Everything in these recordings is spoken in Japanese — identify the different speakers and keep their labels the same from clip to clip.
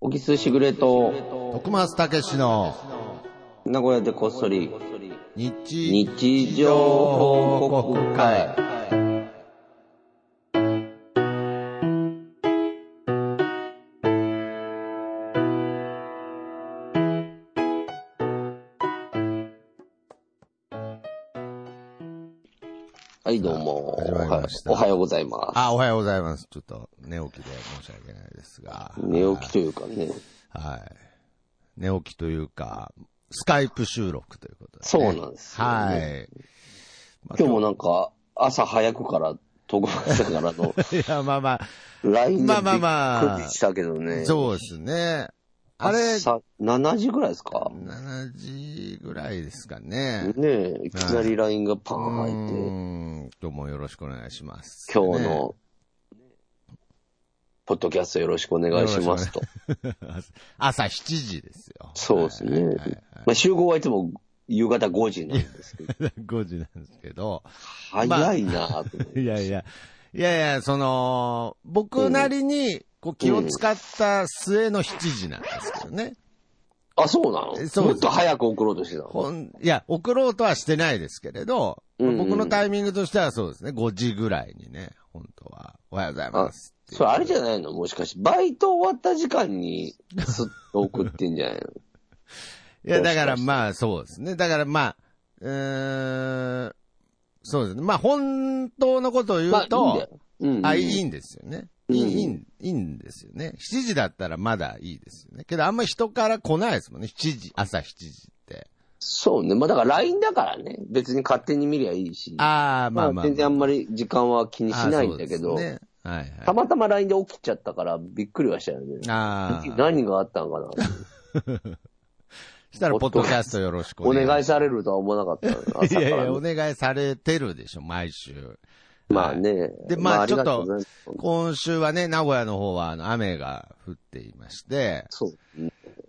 Speaker 1: 小木すしぐれと、
Speaker 2: 徳松たけしの
Speaker 1: 名古屋でこっそり、
Speaker 2: 日
Speaker 1: 日常報告会。はい、どうも。
Speaker 2: 始まりました
Speaker 1: おはようございま
Speaker 2: あ、おはようございます。ちょっと寝起きで申し訳ないですが。
Speaker 1: す。寝起きというかね。
Speaker 2: はい。寝起きというか、スカイプ収録ということで、
Speaker 1: そうなんですよね
Speaker 2: は
Speaker 1: 今
Speaker 2: い。
Speaker 1: 日もなんか、朝早くから、徳川さんからの
Speaker 2: いや、まあま
Speaker 1: LINE で
Speaker 2: ま
Speaker 1: び
Speaker 2: あまあまあ
Speaker 1: っくりしたけどね。
Speaker 2: あ、そうですね。あれ、
Speaker 1: 朝 ?7 時ぐらいですか
Speaker 2: 7時ぐらいですかね。
Speaker 1: ねえ、いきなり LINE がパ
Speaker 2: う
Speaker 1: ン入って、
Speaker 2: ーん、今日もよろしくお願いします。
Speaker 1: 今日の、ポッドキャストよろしくお願いしますと。
Speaker 2: ね。 朝7時ですよ。
Speaker 1: そうですね。
Speaker 2: はいはい
Speaker 1: まあ、集合はいつも夕方5時なんですけど、
Speaker 2: 5時なんですけど。
Speaker 1: 早いなぁと思って
Speaker 2: いやいや、いやいや、その、僕なりに、こう気を使った末の7時なんですけどね。
Speaker 1: あ、そうな
Speaker 2: えそう
Speaker 1: のも
Speaker 2: です
Speaker 1: っと早く送ろうとしてたの
Speaker 2: ほん、いや、送ろうとはしてないですけれど、
Speaker 1: うんうん
Speaker 2: 僕のタイミングとしてはそうですね、5時ぐらいにね、本当は、おはようございますっていう
Speaker 1: それあれじゃないのもしかして、バイト終わった時間に、すっと送ってんじゃ ないの
Speaker 2: いや、だからまあそうですね。だからまあ、うーん、そうですね。まあ本当のことを言うと、
Speaker 1: まあ、いいんだよ。うん。
Speaker 2: あ、いいんですよね。
Speaker 1: うん
Speaker 2: いい、いい、いいんですよね。7時だったらまだいいですよね。けどあんま人から来ないですもんね。7時、朝7時って。
Speaker 1: そうね。まあ、だから LINE だからね。別に勝手に見りゃいいし。
Speaker 2: ああ、ま
Speaker 1: ま
Speaker 2: あ
Speaker 1: あ、
Speaker 2: まあ。
Speaker 1: 全然あん
Speaker 2: ま
Speaker 1: まり時間は気にしないんだけど、
Speaker 2: あーそうですね、はいはい。
Speaker 1: たまたま LINE で起きちゃったからびっくりはしたよね。
Speaker 2: ああ。
Speaker 1: 何があったのか な
Speaker 2: したら、ポッドキャストよろしく
Speaker 1: お願い
Speaker 2: し
Speaker 1: されるとは思わなかったの
Speaker 2: ます。
Speaker 1: 朝
Speaker 2: い
Speaker 1: から
Speaker 2: や
Speaker 1: ね、
Speaker 2: いや、お願いされてるでしょ、毎週。
Speaker 1: まあね。
Speaker 2: でまあ
Speaker 1: りがうございます
Speaker 2: 今週はね、名古屋の方は、あの、雨が降っていまして、
Speaker 1: そう。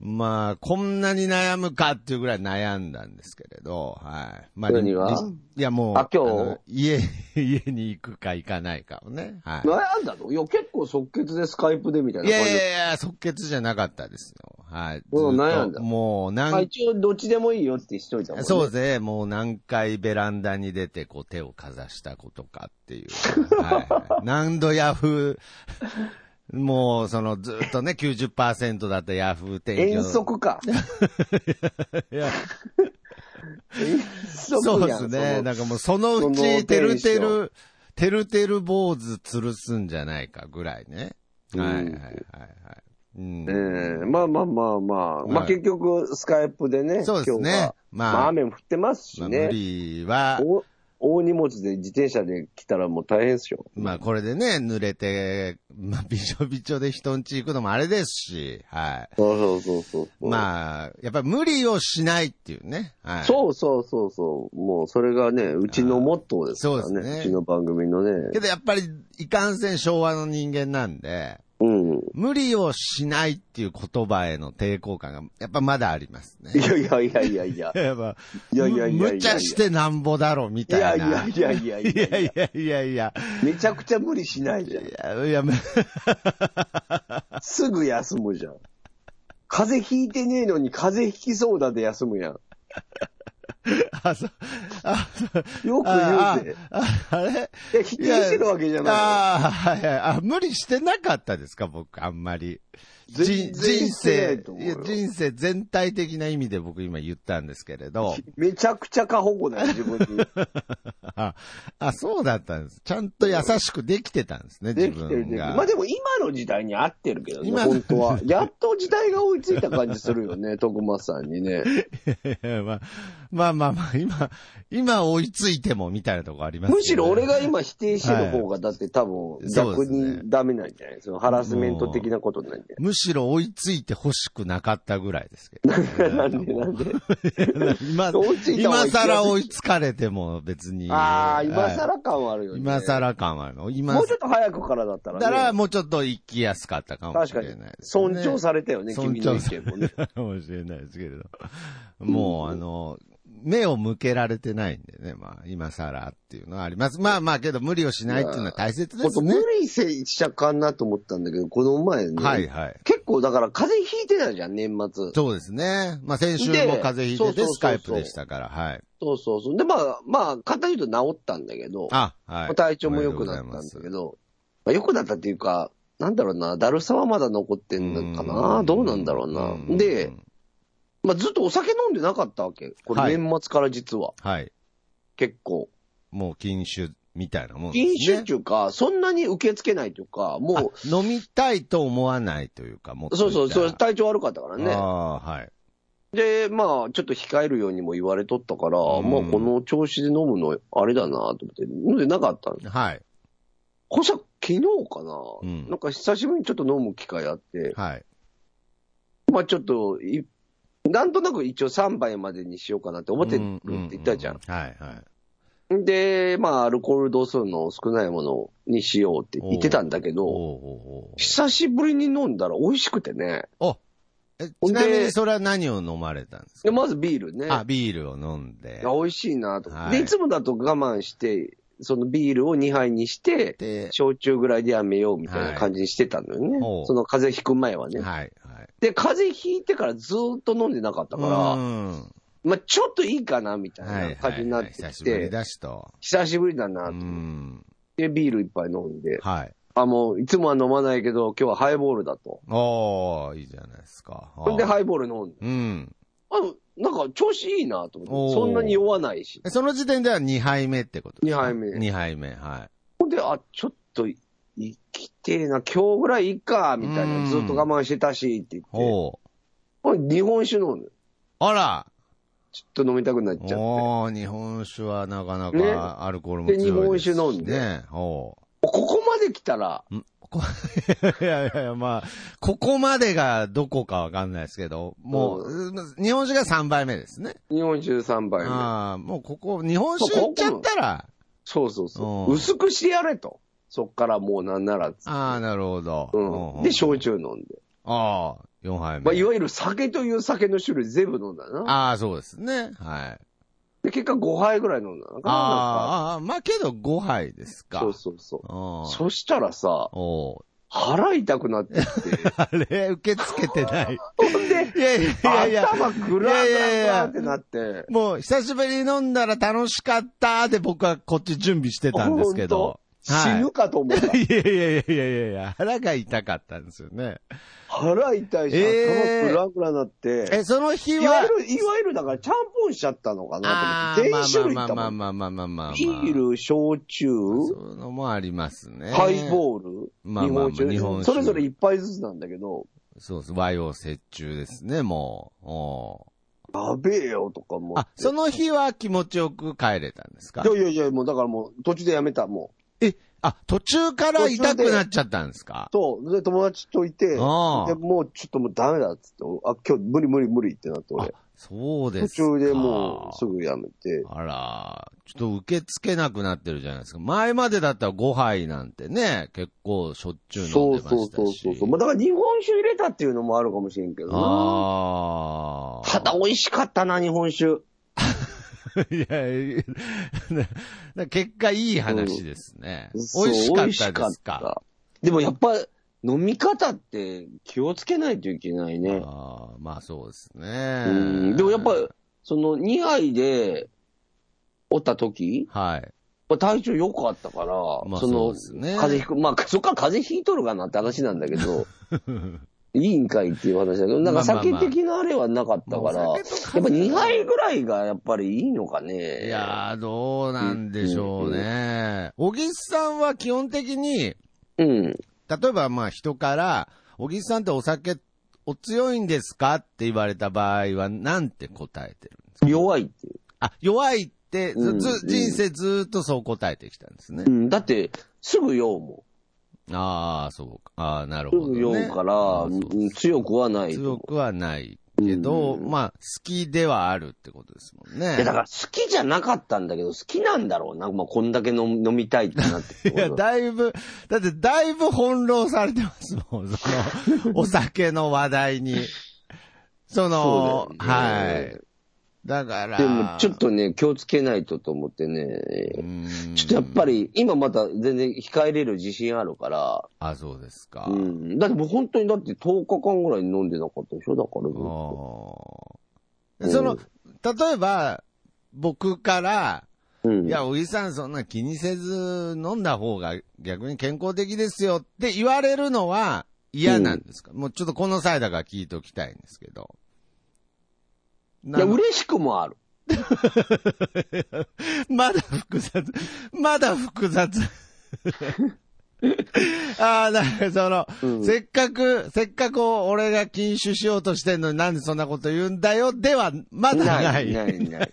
Speaker 2: まあ、こんなに悩むかっていうぐらい悩んだんですけれど、はい。まあ、り
Speaker 1: 何が
Speaker 2: りいや、もう、
Speaker 1: あ今日
Speaker 2: の家、 家に行くか行かないかをね、はい。
Speaker 1: 悩んだのいや、結構即決でスカイプでみたい
Speaker 2: い
Speaker 1: な
Speaker 2: や
Speaker 1: 感
Speaker 2: い
Speaker 1: じで。
Speaker 2: やいや、即決じゃなかったですよ。はい。ずっ
Speaker 1: う
Speaker 2: と
Speaker 1: ん悩んだ
Speaker 2: もう
Speaker 1: まあ
Speaker 2: 何、
Speaker 1: 一応どっちでもいいよってしといたもんね。
Speaker 2: そうですね。もう何回ベランダに出て、こう手をかざしたことかっていう。はいはい。 何度ヤフー、もうそのずっとね、90%だったヤフー天気
Speaker 1: 遠足か。
Speaker 2: いや
Speaker 1: 遠足
Speaker 2: そうで
Speaker 1: やん
Speaker 2: すね。
Speaker 1: その
Speaker 2: なんかもうそのうち、てるてる、てるてる坊主吊るすんじゃないかぐらいね。はいはいはいはい。うん
Speaker 1: ええまあまあまあまあ。ま
Speaker 2: は
Speaker 1: あ
Speaker 2: い
Speaker 1: 結局、スカイプでね。
Speaker 2: そうですね
Speaker 1: 今日は
Speaker 2: まあ
Speaker 1: まあ雨も降ってますし
Speaker 2: まあ、
Speaker 1: ね
Speaker 2: 無。理は、
Speaker 1: お大荷物で自転車で来たらもう大変ですよ。
Speaker 2: まあこれでね、濡れて、まあびしょびちょで人んち行くのもあれですし、はい。
Speaker 1: そうそうそうそう。
Speaker 2: まあ、やっぱり無理をしないっていうね。はい。
Speaker 1: そうそうそうそう。もうそれがね、うちのモットーですからね。
Speaker 2: そう
Speaker 1: う
Speaker 2: ですね
Speaker 1: ちの番組の
Speaker 2: け
Speaker 1: ね。
Speaker 2: どやっぱり、いかんせん昭和の人間なんで、
Speaker 1: うん。
Speaker 2: 無理をしないっていう言葉への抵抗感が、やっぱまだありますね
Speaker 1: い。やいやいやいやい や。
Speaker 2: やっぱ、
Speaker 1: いやいやいやいや
Speaker 2: む無茶してなんぼだろ、み
Speaker 1: いや
Speaker 2: たい
Speaker 1: いや
Speaker 2: な。
Speaker 1: いやいやい
Speaker 2: いや
Speaker 1: やいや。
Speaker 2: いやいやいや。
Speaker 1: めちゃくちゃ無理しないじゃん
Speaker 2: い。や、いや、む
Speaker 1: すぐ休むじゃん。風邪ひいてねえのに風邪ひきそうだで休むやん。
Speaker 2: あ、そう、あ、そう
Speaker 1: よく
Speaker 2: あ
Speaker 1: 言うぜ。
Speaker 2: ああれ
Speaker 1: いや、否定してるわけじゃな
Speaker 2: ああ、はいはい。あ、無理してなかったですか、僕、あんまり。
Speaker 1: 全然
Speaker 2: 人人
Speaker 1: してな
Speaker 2: 生
Speaker 1: いと、思う
Speaker 2: い
Speaker 1: よ
Speaker 2: や人生全体的な意味で僕今言ったんですけれど
Speaker 1: い。。めちゃくちゃ過保護だよ、自分に。
Speaker 2: あ、あそうだったんです。ちゃんと優しくできてたんですね、自
Speaker 1: できてるでき
Speaker 2: 分
Speaker 1: てる。
Speaker 2: が。
Speaker 1: まあでも今の時代に合ってるけどね、
Speaker 2: 今
Speaker 1: 本当は。やっと時代が追いついた感じするよね、 徳松さんにね。
Speaker 2: いやまあ、 まあまあまあ、今、今追いついてもみたいなとこありますよね
Speaker 1: むしろ俺が今否定してる方が、だって多分逆にダメなんじゃないそのハラスメント的なことなんじ
Speaker 2: むしろ追いついて欲しくなかったぐらいですけど。
Speaker 1: ゃないなんでなんで
Speaker 2: 今
Speaker 1: 追いつ、いた方が
Speaker 2: 今
Speaker 1: いい気がする
Speaker 2: 更追いつかれても別に。
Speaker 1: ああ、今
Speaker 2: はい
Speaker 1: 更感はあるよね。
Speaker 2: 今更感はあるの。今
Speaker 1: もうちょっと早くからだったらね。
Speaker 2: だからもうちょっと行きやすかったかもし
Speaker 1: 確か
Speaker 2: れ
Speaker 1: に
Speaker 2: ない、ですね、
Speaker 1: 尊重されたよね、君の意見 もね。
Speaker 2: れたか もしれないですけれど。もう、あの、目を向けられてないんでね、まあ、今更っていうのはあります。まあまあ、けど無理をしないっていうのは大切
Speaker 1: ちょ
Speaker 2: で
Speaker 1: っ
Speaker 2: す
Speaker 1: と
Speaker 2: ね
Speaker 1: 無。理せしちゃかんなと思ったんだけど、この前ね、
Speaker 2: はいはい。
Speaker 1: 結構だから風邪ひいてたじゃん、年末。
Speaker 2: そうですね。まあ、先週も風邪ひいて
Speaker 1: でそ
Speaker 2: て、
Speaker 1: う
Speaker 2: ス
Speaker 1: そう
Speaker 2: カ
Speaker 1: そう
Speaker 2: イ
Speaker 1: そう
Speaker 2: プでしたから、はい。
Speaker 1: そうそうそう。で、まあ、まあ、簡単に言うと治ったんだけど、
Speaker 2: あ、は
Speaker 1: まあ
Speaker 2: い。
Speaker 1: 体調も良くなったんだけど、まあ、良くなったっていうか、なんだろうな、だるさはまだ残ってんのか
Speaker 2: う
Speaker 1: な、
Speaker 2: ん
Speaker 1: どうなんだろうな。で、、まあ、ずっとお酒飲んでなかったわけ。こ
Speaker 2: は
Speaker 1: れ
Speaker 2: い
Speaker 1: 年末から実は、
Speaker 2: はい。
Speaker 1: 結構。
Speaker 2: もう禁酒みたいなもんですね。
Speaker 1: 飲酒っていうか、そんなに受け付けないというか、も
Speaker 2: あ飲みたいと思わないというか、もっ
Speaker 1: う、
Speaker 2: と
Speaker 1: そうそう、
Speaker 2: 言った
Speaker 1: そ
Speaker 2: ら
Speaker 1: う、体調悪かったからね。
Speaker 2: ああ、はい。
Speaker 1: で、まあ、ちょっと控えるようにも言われとったから、
Speaker 2: うん
Speaker 1: まあ、この調子で飲むの、あれだなと思って、飲んでなかったの。
Speaker 2: はい。
Speaker 1: こさ、昨日かな、
Speaker 2: うん
Speaker 1: なんか久しぶりにちょっと飲む機会あって、
Speaker 2: はい。
Speaker 1: まあ、ちょっとい、なんとなく一応3杯までにしようかなって思ってるって言ったじゃん。
Speaker 2: うううはい、はい。
Speaker 1: で、まあ、アルコール度数の少ないものにしようって言ってたんだけ
Speaker 2: お
Speaker 1: ど、
Speaker 2: お
Speaker 1: 久しぶりに飲んだら美味しくてね。
Speaker 2: えち
Speaker 1: ほんで
Speaker 2: なみにそれは何を飲まれたんです
Speaker 1: で
Speaker 2: か
Speaker 1: まずビールね。
Speaker 2: あ、ビールを飲んで。
Speaker 1: あ美味しいなと、
Speaker 2: はい
Speaker 1: で、いつもだと我慢して、そのビールを2杯にして、
Speaker 2: で、
Speaker 1: 焼酎ぐらいでやめようみたいな感じにしてたのよね。
Speaker 2: ほう
Speaker 1: その風邪ひく前はね。
Speaker 2: はい、はい。
Speaker 1: で、風邪ひいてからずーっと飲んでなかったから、
Speaker 2: うん
Speaker 1: まあちょっといいかなみた
Speaker 2: はいい、
Speaker 1: な感じにな
Speaker 2: は
Speaker 1: っ
Speaker 2: い。
Speaker 1: てきて、
Speaker 2: 久しぶりだしと。
Speaker 1: 久しぶりだな
Speaker 2: う
Speaker 1: と思っ
Speaker 2: ん。
Speaker 1: て、ビール一杯飲んで、
Speaker 2: はい。
Speaker 1: あ、もういつもは飲まないけど、今日はハイボールだと。
Speaker 2: おおいいじゃないですか。
Speaker 1: それで
Speaker 2: あー
Speaker 1: ハイボール飲んで、
Speaker 2: うん。
Speaker 1: あなんか調子いいなと思って、
Speaker 2: おー
Speaker 1: そんなに酔わないし。
Speaker 2: えその時点では2杯目ってことですか
Speaker 1: 二杯目
Speaker 2: 2杯目、はい。
Speaker 1: ほんで、あ、ちょっと、生きてえな、今日ぐらいいいか、みたいうな、
Speaker 2: ん
Speaker 1: ずっと我慢してたし、って言って、
Speaker 2: おう
Speaker 1: ほんで日本酒飲んで、
Speaker 2: あら
Speaker 1: ちょっと飲みたくなっちゃって、こ
Speaker 2: おー日本酒はなかな
Speaker 1: ね
Speaker 2: かアルコールも強いですし、ね。
Speaker 1: で日本酒飲んで
Speaker 2: ね。お
Speaker 1: こまで来たら、
Speaker 2: うんこ いやいやいや、まあ、ここまでがどこかわかんないですけど、もう、うん日本酒が3杯目ですね。
Speaker 1: 日本酒3杯目。
Speaker 2: ああ、もうここ、日本酒いっちゃったら、
Speaker 1: そうそうそ
Speaker 2: うん
Speaker 1: う。薄くしてやれと。そっからもうなんならっつって
Speaker 2: ああ、なるほど。
Speaker 1: うん。で、
Speaker 2: 焼
Speaker 1: 焼酎飲んで。
Speaker 2: ああ、4杯目。
Speaker 1: まあ、いわゆる酒という酒の種類全部飲んだな。
Speaker 2: ああ、そうですね。はい。
Speaker 1: で、結果5杯ぐらい飲んだのかな。なんか
Speaker 2: あーあー、まあけど5杯ですか。
Speaker 1: そうそうそう。
Speaker 2: ああ
Speaker 1: そしたらさ、
Speaker 2: おう
Speaker 1: 腹痛くなってきて。
Speaker 2: あれ、受け付けてない。
Speaker 1: ほんで、
Speaker 2: いやいやいや。
Speaker 1: 頭グラグラグラってなって。
Speaker 2: もう、久しぶりに飲んだら楽しかったで僕はこっち準備してたんですけど。
Speaker 1: 死
Speaker 2: はい
Speaker 1: ぬかと思った。
Speaker 2: いやいやいやいやいやいや、腹が痛かったんですよね。
Speaker 1: 腹痛いし、
Speaker 2: え
Speaker 1: 頭
Speaker 2: ー
Speaker 1: グラグラなって。
Speaker 2: え、その日
Speaker 1: いわ
Speaker 2: は
Speaker 1: ゆ、る、いわゆるだから、ちゃんぽんしちゃったのかな
Speaker 2: あ
Speaker 1: と
Speaker 2: ー
Speaker 1: 思って。全種類い
Speaker 2: ま
Speaker 1: っ
Speaker 2: あ
Speaker 1: た
Speaker 2: ま
Speaker 1: も
Speaker 2: あ
Speaker 1: ん。
Speaker 2: まあまあまあまあまあ。
Speaker 1: ビール、焼酎、
Speaker 2: そういうのもありますね。
Speaker 1: ハイボール、
Speaker 2: まあまあまあ
Speaker 1: 日本酒
Speaker 2: 日本酒
Speaker 1: それぞれ一杯ずつなんだけど、
Speaker 2: そうそう、和洋折衷ですね、もう。お
Speaker 1: やべえよとかも。
Speaker 2: うあ、その日は気持ちよく帰れたんですか
Speaker 1: いやいやいや、もうだからもう途中でやめた、もう。
Speaker 2: え、あ、途中から痛くなっちゃったんですか
Speaker 1: そう、で友達といて、で
Speaker 2: ああ
Speaker 1: もうちょっともうダメだっつって、あ、今日無理無理無理ってなって
Speaker 2: あ
Speaker 1: 俺。、
Speaker 2: そうで
Speaker 1: 途
Speaker 2: すか。
Speaker 1: 中でもうすぐやめて。
Speaker 2: あら、ちょっと受け付けなくなってるじゃないですか。前までだったら5杯なんてね、結構しょっちゅう飲ん
Speaker 1: そ
Speaker 2: で
Speaker 1: う
Speaker 2: ましたし。
Speaker 1: そうそうそうそう。まあだから日本酒入れたっていうのもあるかもしれんけどな。
Speaker 2: ああ。
Speaker 1: ただ美味しかったな、日本酒。
Speaker 2: いやいやなな結果いい話ですね。
Speaker 1: そう
Speaker 2: 美味しかったですか。。
Speaker 1: 美味しでもやっぱ飲み方って気をつけないといけないね。
Speaker 2: あーまあそうです
Speaker 1: うん
Speaker 2: ね。
Speaker 1: でもやっぱ、その2杯でおった時
Speaker 2: はい。
Speaker 1: まあ、体調良かったから、
Speaker 2: まあ
Speaker 1: そ
Speaker 2: そう
Speaker 1: の、
Speaker 2: ですね
Speaker 1: 風邪ひく、まあ、そっから風邪ひいとるかなって話なんだけ ど、いいんかいっていう話だけど、なんか
Speaker 2: まあまあ
Speaker 1: 酒
Speaker 2: まあ
Speaker 1: 的なあれはなかったから、
Speaker 2: もう
Speaker 1: やっ
Speaker 2: 酒
Speaker 1: ぱ
Speaker 2: と風
Speaker 1: 2
Speaker 2: 邪
Speaker 1: 杯ぐらいがやっぱりいいのかね。
Speaker 2: いやー、どうなんでしょうね。小木さんは基本的に、
Speaker 1: うん。
Speaker 2: 例えばまあ人から、小木さんってお酒お強いんですかって言われた場合は、なんて答えてるんですか
Speaker 1: 弱いっていう。
Speaker 2: あ、弱いって、ず、
Speaker 1: う
Speaker 2: ず
Speaker 1: ん
Speaker 2: 人生ずーっとそう答えてきたんですね
Speaker 1: う。ん、だって、すぐ酔うも
Speaker 2: ああ、そうか。ああ、なる
Speaker 1: ん。す
Speaker 2: ほど、
Speaker 1: ぐ
Speaker 2: ね。
Speaker 1: 酔うから、
Speaker 2: あーそう
Speaker 1: うん強くはないと
Speaker 2: 強
Speaker 1: 思
Speaker 2: くはないけど、
Speaker 1: うん
Speaker 2: まあ、好きではあるってことですもんね。
Speaker 1: う。いや、だから好きじゃなかったんだけど、好きなんだろうな。まあ、こんだけ飲み飲みたいってなって
Speaker 2: いや、だいぶ、だってだいぶ翻弄されてますもん、そ の、お酒の話題に。その、
Speaker 1: そうだよね
Speaker 2: はい。だから、
Speaker 1: でも、ちょっとね、気をつけないとと思ってね、ちょっとやっぱ
Speaker 2: り。
Speaker 1: り、今また全然控えれる自信あるから、
Speaker 2: あ、そうですか。
Speaker 1: うん。だってもう本当にだって10日間ぐらい飲んでなかったでしょだからずっと。
Speaker 2: あーその、例えば、僕から、
Speaker 1: うん。
Speaker 2: いや、おじさんそんな気にせず飲んだ方が逆に健康的ですよって言われるのは嫌なんですか、もうちょっとこの際だから聞いておきたいんですけど。
Speaker 1: いや、嬉しくもある。
Speaker 2: まだ複雑。まだ複雑。 ああ、なんかその、
Speaker 1: うん
Speaker 2: せっかく、せっかく俺が禁酒しようとしてんのになんでそんなこと言うんだよでは、まだない。
Speaker 1: ない、ない。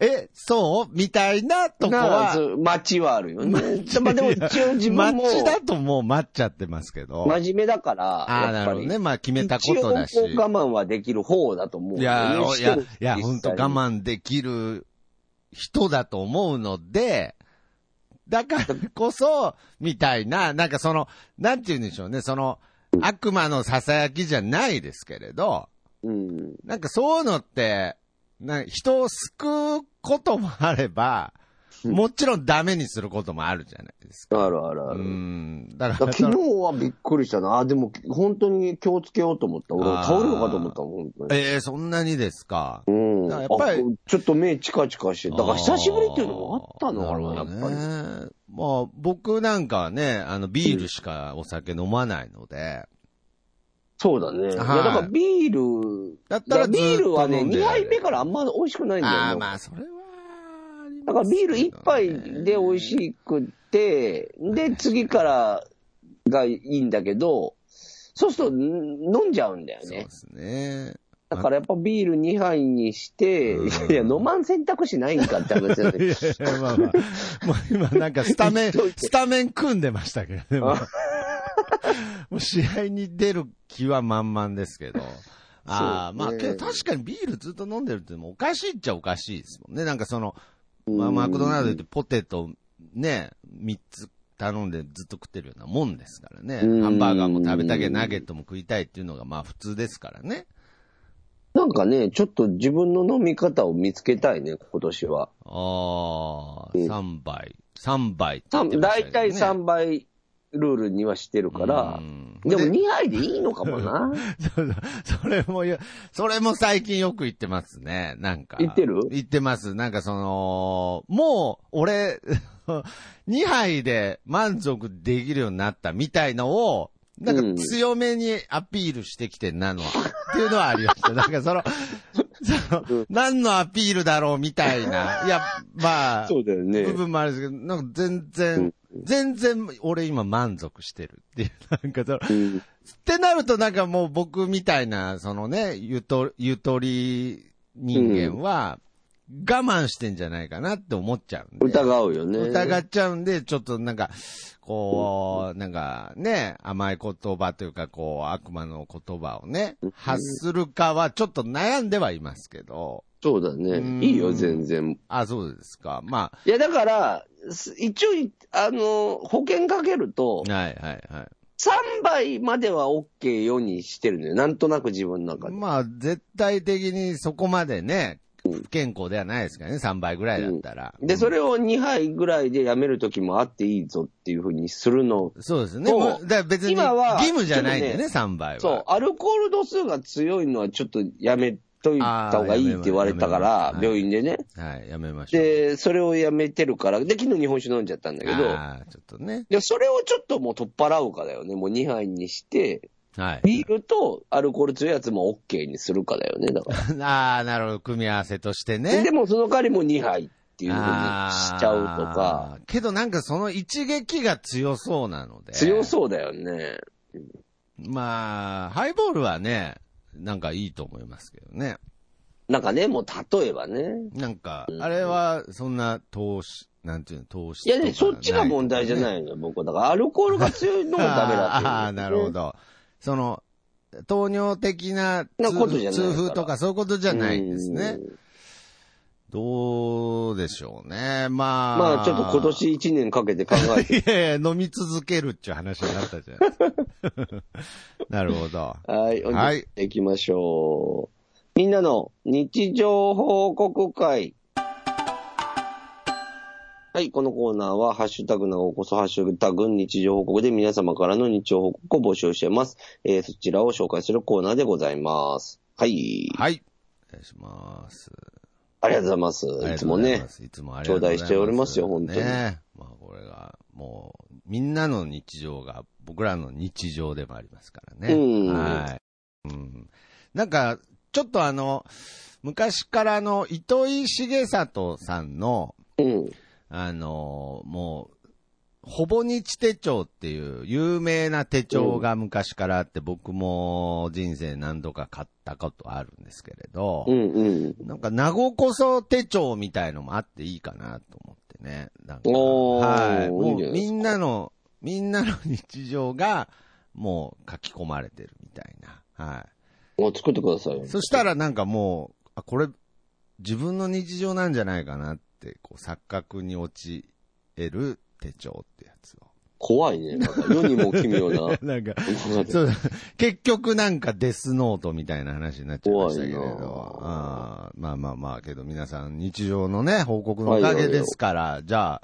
Speaker 2: え、 そうみたいなとこ
Speaker 1: なあ
Speaker 2: は、
Speaker 1: そう街はあるよね。まあでも一 応自分も
Speaker 2: マッチだともう待っちゃってますけど。
Speaker 1: 真面目だから、
Speaker 2: ああ、
Speaker 1: やっ
Speaker 2: なる
Speaker 1: ぱ
Speaker 2: ほど
Speaker 1: り。
Speaker 2: ね。まあ決めたことだし。
Speaker 1: 一応こう我慢はできる方だと思う。
Speaker 2: いや、
Speaker 1: ね
Speaker 2: いや、い
Speaker 1: してる
Speaker 2: や、本当我。慢できる人だと思うので、だからこそ、みたいな、なんかその、なんて言うんでしょうね、その、悪魔の囁きじゃないですけれど、
Speaker 1: うん。
Speaker 2: なんかそういうのって、なんか人を救うこともあれば、もちろんダメにすることもあるじゃないですか。
Speaker 1: あるあるあ
Speaker 2: う
Speaker 1: る。
Speaker 2: ん。だか、
Speaker 1: だからら昨日はびっくりしたな。あ、でも本当に気をつけようと思った。俺
Speaker 2: あー
Speaker 1: 倒れるかと思ったもん。本当に
Speaker 2: えー、そんなにですか。
Speaker 1: うん。
Speaker 2: だ
Speaker 1: あ
Speaker 2: からやっぱり
Speaker 1: ちょっと目チカチカして。だから久しぶりっていうのもあったのかな、や
Speaker 2: あ
Speaker 1: っ
Speaker 2: ー
Speaker 1: ぱ
Speaker 2: なるほ
Speaker 1: り。
Speaker 2: どねまあ、僕なんかはね、あの、ビールしかお酒飲まないので、
Speaker 1: そうだね。いやだ
Speaker 2: はい
Speaker 1: からビール、
Speaker 2: だったらずっ
Speaker 1: ビ
Speaker 2: と飲んで
Speaker 1: ールはね、2杯目からあんま美味しくないんだよね。
Speaker 2: ああ、まあ、それはありますけどね、
Speaker 1: だからビール一杯で美味しくて、で、次からがいいんだけど、そうするとん飲んじゃうんだよ
Speaker 2: そうで
Speaker 1: ね。
Speaker 2: すね。
Speaker 1: だからやっぱビール2杯にして、
Speaker 2: うん
Speaker 1: いやいや、飲まん選択肢ないんかって話だ
Speaker 2: い
Speaker 1: ね。
Speaker 2: やいや、まあまあ、もう今なんかスタ メン、
Speaker 1: 言っといて
Speaker 2: スタメン組んでましたけどね、もう
Speaker 1: あ
Speaker 2: もう試合に出る気は満々で すけど。ああ、まあ、けど確かにビールずっと飲んでるってのもおかしいっちゃおかしいですもんね。なんかその、まあ、マクドナルドでポテトね、3つ頼んでずっと食ってるようなもんですからね。
Speaker 1: うん
Speaker 2: ハンバーガーも食べたけどナゲットも食いたいっていうのがまあ普通ですからね。
Speaker 1: なんかね、ちょっと自分の飲み方を見つけたいね、今年は。
Speaker 2: ああ、
Speaker 1: うん
Speaker 2: 3杯。3杯って言って
Speaker 1: だ
Speaker 2: まし
Speaker 1: い
Speaker 2: たけど
Speaker 1: たい
Speaker 2: ね
Speaker 1: 3倍ルールにはしてるから
Speaker 2: う、ん
Speaker 1: でも2杯でいいのかもな。
Speaker 2: そうそうそれもよ、それも最近よく言ってますね。なんか。
Speaker 1: 言ってる
Speaker 2: 言ってます。なんかその、もう、俺、2杯で満足できるようになったみたいのを、なんか強めにアピールしてきてんなのは、っていうのはありました。なんかその、その、何のアピールだろうみたいな。いや、まあ、
Speaker 1: そうだよね
Speaker 2: 部分もあるんですけど、なんか全然、全然俺今満足してるっていう、なんかその、
Speaker 1: うん
Speaker 2: ってなるとなんかもう僕みたいな、そのね、ゆと、ゆとり人間は、我慢してんじゃないかなって思っちゃうんで。
Speaker 1: 疑うよね。
Speaker 2: 疑っちゃうんで、ちょっとなんか、こう、なんかね、甘い言葉というか、こう、悪魔の言葉をね、発するかはちょっと悩んではいますけど、
Speaker 1: そうだ
Speaker 2: うん
Speaker 1: ね。いいよ、全然。
Speaker 2: あ、そうですか。ま
Speaker 1: いや、だから、す一応い、あの、保険かけると、
Speaker 2: あ、はいはいはい。
Speaker 1: 3倍までは OK よにしてるのよ。なんとなく自分の中で。
Speaker 2: まあ、絶対的にそこまでね、不健康ではないですからね、3倍ぐらいだったら。
Speaker 1: で、それを2杯ぐらいでやめるときもあっていいぞっていうふうにするの。
Speaker 2: そうですね。
Speaker 1: そう
Speaker 2: もうだから別に義
Speaker 1: 今は
Speaker 2: 務じゃないんだよね、3倍は。
Speaker 1: そう、アルコール度数が強いのはちょっとやめといた方がいいって言われたか
Speaker 2: あーやめ
Speaker 1: ら、
Speaker 2: ます
Speaker 1: 病院でね。
Speaker 2: はい、やめましょう。
Speaker 1: で、それをやめてるから、で、昨日日本酒飲んじゃったんだけど、
Speaker 2: ああ、ちょっとね。
Speaker 1: で、それをちょっともう取っ払うかだよね。もう2杯にして、
Speaker 2: はい。
Speaker 1: ビールとアルコール強いやつも OK にするかだよね、だから。
Speaker 2: ああ、なるほど。組み合わせとしてね。
Speaker 1: ででもその代わりもう2杯っていうふうにしちゃうとか、
Speaker 2: あー。けどなんかその一撃が強そうなので。
Speaker 1: 強そうだよね。
Speaker 2: まあ、ハイボールはね、なんかいいと思いますけどね。
Speaker 1: なんかね、もう例えばね。
Speaker 2: なんか、あれはそんな投資、なんていうの、投資
Speaker 1: いやね、そっちが問題じゃ
Speaker 2: い。
Speaker 1: ないのよ、僕は。だからアルコールが強いのもダメだっていう、
Speaker 2: ああー、なるほ。ど。その、糖尿的な
Speaker 1: なことじゃない
Speaker 2: 痛風と
Speaker 1: か
Speaker 2: かそういうことじゃないんですね。どうでしょうね。まあ。
Speaker 1: まあちょっと今。年1年かけて考えて。
Speaker 2: いやいや、飲み続けるっていう話になったじゃ ないですか。なるほど。
Speaker 1: はい、
Speaker 2: はい
Speaker 1: 行きましょう。みんなの日常報告会。はい、このコーナーは、ハッシュタグ長こそ、ハッシュタグ日常報告で皆様からの日常報告を募集しています。えーそちらを紹介するコーナーでございます。はい。
Speaker 2: はい。お願いします。
Speaker 1: ありがとうございます。
Speaker 2: あり
Speaker 1: い
Speaker 2: が
Speaker 1: つ
Speaker 2: とう
Speaker 1: も
Speaker 2: ござい
Speaker 1: ね
Speaker 2: ま。す。いつもありがとうございます。
Speaker 1: 頂戴しておりますよ本当に
Speaker 2: ねまあこれが、もう、みんなの日常が僕らの日常でもありますからね。
Speaker 1: うん
Speaker 2: はい。うん。なんか、ちょっとあの、昔からあの、糸井重里さんの、
Speaker 1: うん。
Speaker 2: あの、もう、ほぼ日手帳っていう有名な手帳が昔からあって、僕も人生何度か買ったことあるんですけれど、
Speaker 1: うんうん。
Speaker 2: なんか、名護こそ手帳みたいのもあっていいかなと思ってね。なんか
Speaker 1: おー
Speaker 2: はい。
Speaker 1: いい
Speaker 2: も
Speaker 1: んじゃな
Speaker 2: う
Speaker 1: いです
Speaker 2: み
Speaker 1: か
Speaker 2: んなの、みんなの日常が、もう書き込まれてるみたいな。は
Speaker 1: もう作ってくださいよ
Speaker 2: い。。そしたらなんかもう、あ、これ、自分の日常なんじゃないかなって、こう、錯覚に陥る手帳ってやつを。
Speaker 1: 怖いね。なんか世にも奇妙な。
Speaker 2: なんか、そう、結局なんかデスノートみたいな話になっちゃいましたけれど
Speaker 1: 怖いな。
Speaker 2: あーまあまあまあ、けど皆さん日常のね、報告のおかげですから、じゃあ、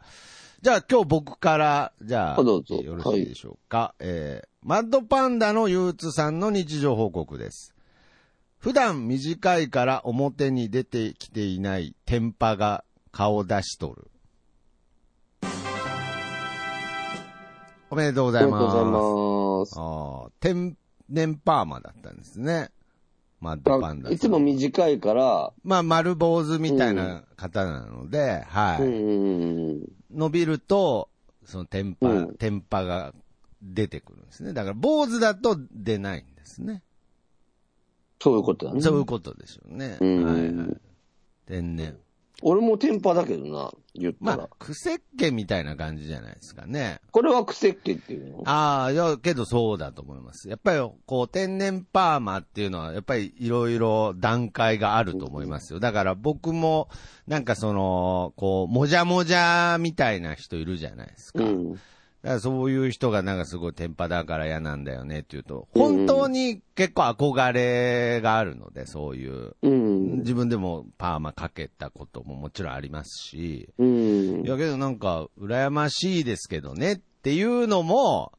Speaker 2: じゃあ今日僕から、じゃあ、
Speaker 1: あどうぞ
Speaker 2: よろしいでしょうか。えー、マッドパンダの憂鬱さんの日常報告です。普段短いから表に出てきていない天パが顔出しとる。おめでとうご
Speaker 1: あ
Speaker 2: ざ
Speaker 1: り
Speaker 2: い
Speaker 1: がとう
Speaker 2: ま
Speaker 1: ご
Speaker 2: す
Speaker 1: ざ。います。
Speaker 2: ああ、天然パーマだったんですね。マッドパン
Speaker 1: あ
Speaker 2: ダさん。
Speaker 1: いつも短いから、
Speaker 2: まあ、丸坊主みたいな方なので、はい、
Speaker 1: うんうんうん。
Speaker 2: 伸びると、その天パ、
Speaker 1: うん
Speaker 2: 天パが出てくるんですね。だから、坊主だと出ないんですね。
Speaker 1: そういうことだね。
Speaker 2: そういうことでしょうね。
Speaker 1: うん
Speaker 2: はいはい。天然。
Speaker 1: 俺もテンパだけどな、言った
Speaker 2: ま
Speaker 1: ら。
Speaker 2: あ、クセっ毛みたいな感じじゃないですかね。
Speaker 1: これは癖っ気っていうの
Speaker 2: ああ、いや、けどそうだと思います。やっぱり、こう、天然パーマっていうのは、やっぱりいろいろ段階があると思いますよ。だから僕も、なんかその、こう、もじゃもじゃみたいな人いるじゃないです
Speaker 1: う
Speaker 2: か。だ
Speaker 1: ん。
Speaker 2: からそういう人がなんかすごい天パだから嫌なんだよねっていうと、
Speaker 1: うん
Speaker 2: 本当に結構憧れがあるので、そういう。
Speaker 1: うん。
Speaker 2: 自分でもパーマかけたことももちろんありますし、
Speaker 1: うん
Speaker 2: い。やけどなんか、羨ましいですけどねっていうのも、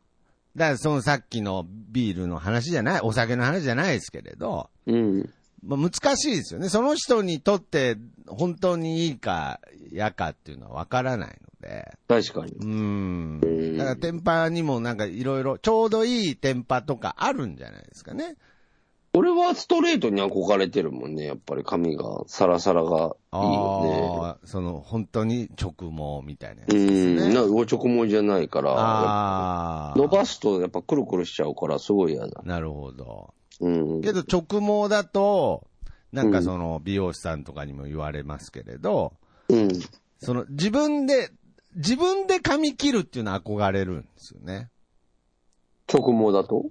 Speaker 2: だからそのさっきのビールの話じゃない、お酒の話じゃないですけれど、
Speaker 1: うん。
Speaker 2: まあ、難しいですよね。その人にとって本当にいいか嫌かっていうのはわからないので、
Speaker 1: 確かに
Speaker 2: う。ーん。だから天パにもなんかいろいろ、ちょうどいい天パとかあるんじゃないですかね。
Speaker 1: 俺はストレートに憧れてるもんね、やっぱり髪が、サラサラがいいよ
Speaker 2: ああ、その本当に直毛みたいなやつ
Speaker 1: ね。う
Speaker 2: です
Speaker 1: ん。
Speaker 2: ね。
Speaker 1: な、おちょこもいじゃないから、
Speaker 2: ああ。
Speaker 1: 伸ばすとやっぱくるくるしちゃうから、すごい嫌だ。
Speaker 2: なるほど。
Speaker 1: うん。
Speaker 2: けど直毛だと、なんかその美容師さんとかにも言われますけれど、
Speaker 1: うん。
Speaker 2: その自分で、自分で髪切るっていうのは憧れるんですよね。
Speaker 1: 直毛だと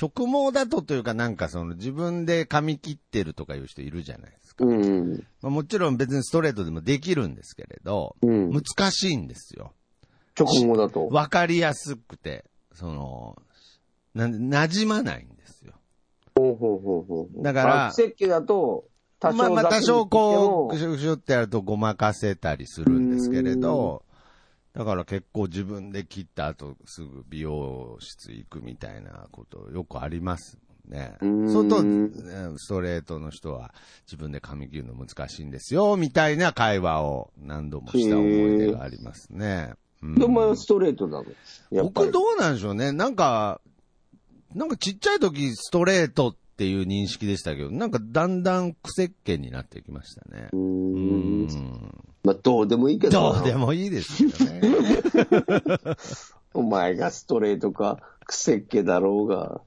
Speaker 2: 直毛だとというかなんかその自分で髪切ってるとかいう人いるじゃないですか。
Speaker 1: うん。
Speaker 2: まあ、もちろん別にストレートでもできるんですけれど、
Speaker 1: うん。
Speaker 2: 難しいんですよ。
Speaker 1: 直毛だと。
Speaker 2: わかりやすくて、その、な、馴染まないんですよ。
Speaker 1: ほうほうほうほう。
Speaker 2: だから
Speaker 1: 悪石器だと、多少
Speaker 2: まあま
Speaker 1: 雑
Speaker 2: あ多
Speaker 1: にして
Speaker 2: 少
Speaker 1: も
Speaker 2: こう、くしゅくしゅってやるとごまかせたりするんですけれど、だから結構自分で切った後すぐ美容室行くみたいなことよくありますもんね。
Speaker 1: うん
Speaker 2: そうすると、ストレートの人は自分で髪切るの難しいんですよ、みたいな会話を何度もした思い出がありますね。うん
Speaker 1: で、お前はストレートなの。やっぱ
Speaker 2: 僕
Speaker 1: り。
Speaker 2: どうなんでしょうね。なんか、なんかちっちゃい時ストレートっていう認識でしたけど、なんかだんだん癖っ気になってきましたね。
Speaker 1: う
Speaker 2: う
Speaker 1: ーん。
Speaker 2: ん。
Speaker 1: まあ、どうでもいいけどな。
Speaker 2: どうでもいいですよ ね。
Speaker 1: お前がストレートか、くせっけだろうが。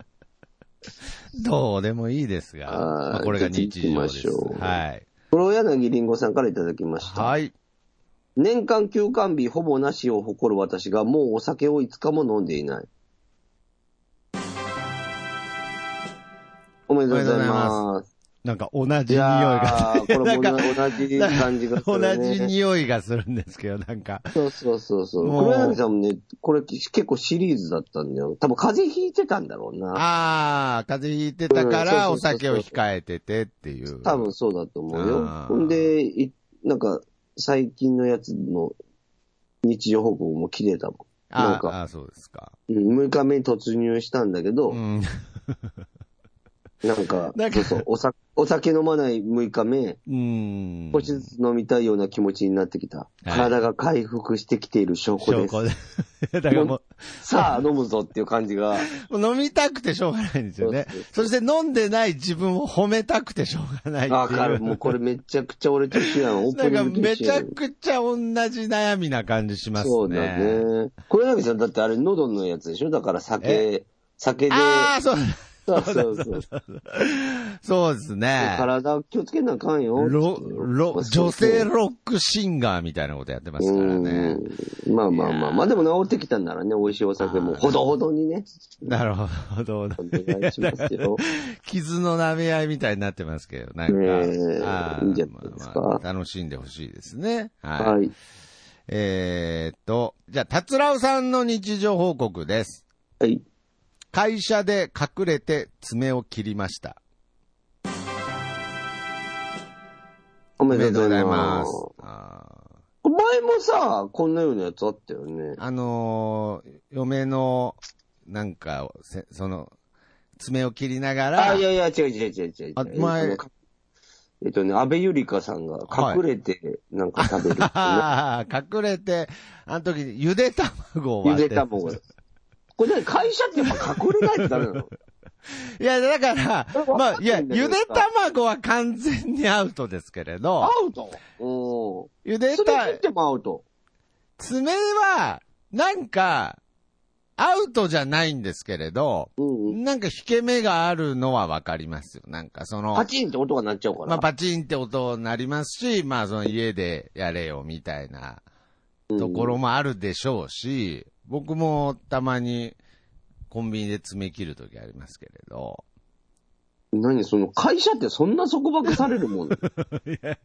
Speaker 2: どうでもいいですが、
Speaker 1: はい
Speaker 2: まあこれが日常です
Speaker 1: じゃあ行きましょ。う
Speaker 2: はい。
Speaker 1: 黒柳りんごさんからいただきました。
Speaker 2: はい。
Speaker 1: 年間休館日ほぼなしを誇る私がもうお酒を5日も飲んでいない。おめでとうございます。
Speaker 2: なんか同じ
Speaker 1: い
Speaker 2: 匂い
Speaker 1: や
Speaker 2: が
Speaker 1: ー、これも
Speaker 2: なん
Speaker 1: 同じ感じがする、ね。
Speaker 2: 同じ匂いがするんですけど、なんか。
Speaker 1: そうそうそうそう。
Speaker 2: もう
Speaker 1: 黒柳さんもね、これ結構シリーズだったんだよ。多分風邪ひいてたんだろうな。
Speaker 2: ああ、風邪ひいてたか
Speaker 1: う
Speaker 2: ら
Speaker 1: ん
Speaker 2: お
Speaker 1: そうそうそう
Speaker 2: 酒を控えててっていう。
Speaker 1: 多分そうだと思うよ。
Speaker 2: あー
Speaker 1: ほんで、いなんか、最近のやつの日常報告も綺麗だもなん
Speaker 2: あー
Speaker 1: か
Speaker 2: あー、そうですか。
Speaker 1: ん。うん6日目に突入したんだけど、
Speaker 2: うん。
Speaker 1: なんか、
Speaker 2: なんか
Speaker 1: そうそうお酒、お酒飲まない6日目、
Speaker 2: うん。
Speaker 1: 少しずつ飲みたいような気持ちになってきた。
Speaker 2: い
Speaker 1: 体が回復してきている証拠
Speaker 2: 証
Speaker 1: です。
Speaker 2: 拠で。だからも
Speaker 1: さあ、飲むぞっていう感じが。
Speaker 2: う、もう飲みたくてしょうがないんですよね
Speaker 1: そうそう。
Speaker 2: そして飲んでない自分を褒めたくてしょうがない
Speaker 1: あ、
Speaker 2: ってい
Speaker 1: 彼、
Speaker 2: う。
Speaker 1: もうこれめちゃくちゃ俺と一緒やん。オー
Speaker 2: な
Speaker 1: プ
Speaker 2: ん
Speaker 1: ニ
Speaker 2: か
Speaker 1: ングと
Speaker 2: め
Speaker 1: 一
Speaker 2: ち
Speaker 1: 緒や
Speaker 2: ゃ
Speaker 1: ん
Speaker 2: くちゃ同じ悩みな感じしますね。
Speaker 1: そうだ。ね。黒柳さんだってあれ喉のやつでしょだから酒、酒で。
Speaker 2: ああ、そう。
Speaker 1: そうそうそう。
Speaker 2: そうですね。
Speaker 1: 体気をつけなあかんよ。
Speaker 2: ロ、
Speaker 1: ま
Speaker 2: ロ、
Speaker 1: あそうそ
Speaker 2: 女
Speaker 1: う
Speaker 2: 性ロックシンガーみたいなことやってますからね。
Speaker 1: うん。まあまあまあ。まあでも治ってきたんならね、美味しいお酒もほどほどにね。
Speaker 2: なるほど。
Speaker 1: お願いしますよ。
Speaker 2: 傷の舐め合いみたいになってますけど、なんか、
Speaker 1: ねえ
Speaker 2: あー
Speaker 1: いいんじゃないですか
Speaker 2: まあまあ楽しんでほしいですね。 はい。
Speaker 1: はい。
Speaker 2: えーっと、じゃあ、達郎さんの日常報告です。
Speaker 1: はい。
Speaker 2: 会社で隠れて爪を切りました。
Speaker 1: お
Speaker 2: お
Speaker 1: め
Speaker 2: め
Speaker 1: で
Speaker 2: で
Speaker 1: とうご
Speaker 2: とうござ
Speaker 1: ざ
Speaker 2: い
Speaker 1: い
Speaker 2: ま
Speaker 1: ますす。。
Speaker 2: あー
Speaker 1: お前もさ、こんなようなやつあったよね。
Speaker 2: あのー嫁の、なんか、せその、爪を切りながら、
Speaker 1: あ、いやいや、違う違う違う違う。
Speaker 2: あ前
Speaker 1: えっとねえっとね、安倍ゆりかさんが隠れてなんか食べるってね、
Speaker 2: ああ、隠れて、あの時、ゆで卵を
Speaker 1: ゆ
Speaker 2: 割
Speaker 1: で
Speaker 2: って。
Speaker 1: 卵が。これ何会社ってやっぱ隠れないとダメな の
Speaker 2: いや、だから
Speaker 1: れ分、か
Speaker 2: ま
Speaker 1: っ
Speaker 2: あ、
Speaker 1: てんだけど
Speaker 2: いや、ゆで卵は完全にアウトですけれど
Speaker 1: ア、ウトうん。
Speaker 2: ゆで
Speaker 1: それ
Speaker 2: た
Speaker 1: 切っ、てもアウト。
Speaker 2: 爪は、なんか、アウトじゃないんですけれど、
Speaker 1: うんうん。
Speaker 2: なんか引け目があるのはわかりますよ。なんかその、
Speaker 1: パチンって音が鳴っちゃうから。
Speaker 2: まあ、パチンって音になりますし、まあ、その家でやれよみたいなところもあるでしょうし、僕もたまにコンビニで爪切るときありますけれど、
Speaker 1: 何その会社ってそんな束縛される もん
Speaker 2: え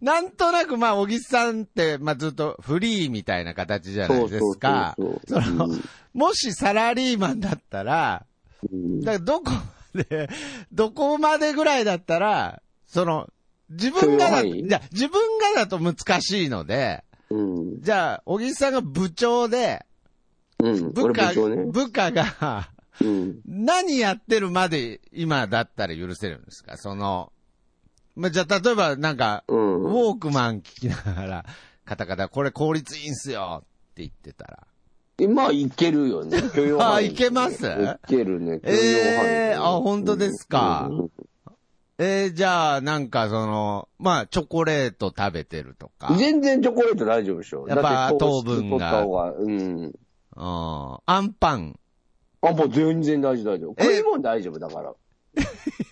Speaker 2: ななんとなく、まあ、小木さんって、まあ、ずっとフリーみたいな形じゃないですか。
Speaker 1: そう
Speaker 2: そ
Speaker 1: そうそうそう
Speaker 2: の、もしサラリーマンだったら、
Speaker 1: うん
Speaker 2: だからどこまで、どこまでぐらいだったら、その、自分がだ、
Speaker 1: 許容範囲
Speaker 2: いや自分がだと難しいので、
Speaker 1: うん。
Speaker 2: じゃあ、小木さんが部長で、
Speaker 1: うん。
Speaker 2: 部
Speaker 1: 俺
Speaker 2: 下、
Speaker 1: 部長ね。
Speaker 2: 部下が、
Speaker 1: うん。
Speaker 2: 何やってるまで今だったら許せるんですかその、まあ、じゃあ、例えばなんか、
Speaker 1: うん
Speaker 2: ウォークマン聞きながら、カタカタ、これ効率いいんすよって言ってたら。
Speaker 1: えまあ、いけるよね。許容範囲
Speaker 2: あいけます
Speaker 1: いけるね。許容範囲
Speaker 2: えーあ本当ですか
Speaker 1: うん
Speaker 2: えー、じゃあ、なんかその、まあ、チョコレート食べてるとか。うん。
Speaker 1: 全然チョコレート大丈夫でしょ。
Speaker 2: やっぱ
Speaker 1: だて糖質
Speaker 2: 糖
Speaker 1: 取
Speaker 2: 分が
Speaker 1: った方が、うん。
Speaker 2: アンパン。
Speaker 1: あ、もう全然大丈夫、大丈夫。食い物大丈夫だから。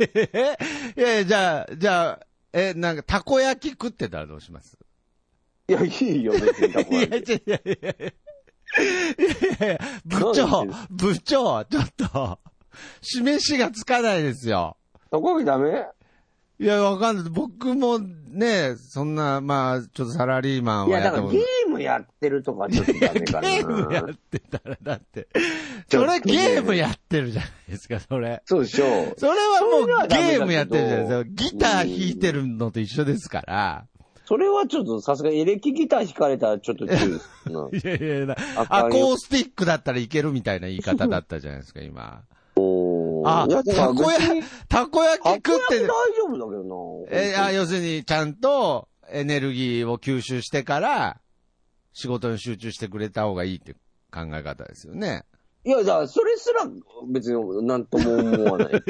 Speaker 2: え いやいや、じゃあ、じゃあ、えーなんか、たこ焼き食ってたらどうします
Speaker 1: いや、いいよ、別にたこ
Speaker 2: いや
Speaker 1: 焼
Speaker 2: いやいや いやいやいや部長
Speaker 1: 何言、
Speaker 2: 部長、ちょっと、示しがつかないですよ。
Speaker 1: き。たこ焼きダメ
Speaker 2: いや、わかんない。僕もね、そんな、まあ、ちょっとサラリーマン
Speaker 1: い
Speaker 2: は
Speaker 1: や、
Speaker 2: や
Speaker 1: だ
Speaker 2: っ
Speaker 1: から
Speaker 2: たこと
Speaker 1: ゲームやってるとかちょっとダメ か
Speaker 2: ゲームや
Speaker 1: な。
Speaker 2: ってたら、だって。
Speaker 1: ちょっ
Speaker 2: そ
Speaker 1: とね
Speaker 2: れゲームやってるじゃないですか、それ。
Speaker 1: そうでしょ。
Speaker 2: それは
Speaker 1: それ
Speaker 2: もう
Speaker 1: はダメだけ
Speaker 2: ゲ
Speaker 1: ど
Speaker 2: ームやってるじゃないですか。ギター弾いてるのと一緒ですから。
Speaker 1: それはちょっとさすがにエレキギター弾かれたらちょっと注意ですな。
Speaker 2: いやいやいや、
Speaker 1: あ
Speaker 2: アコースティックだったらいけるみたいな言い方だったじゃないですか、今。
Speaker 1: おー
Speaker 2: あ
Speaker 1: いや、だから
Speaker 2: たこ
Speaker 1: 別
Speaker 2: 焼
Speaker 1: に
Speaker 2: き、たこ焼き
Speaker 1: たこ
Speaker 2: 食っ
Speaker 1: 焼き
Speaker 2: て
Speaker 1: 大、丈夫だけどな。
Speaker 2: えあ要するにちゃんとエネルギーを吸収してから、仕事に集中してくれた方がいいって考え方ですよね。
Speaker 1: いや、だからそれすら別になんとも思 わない。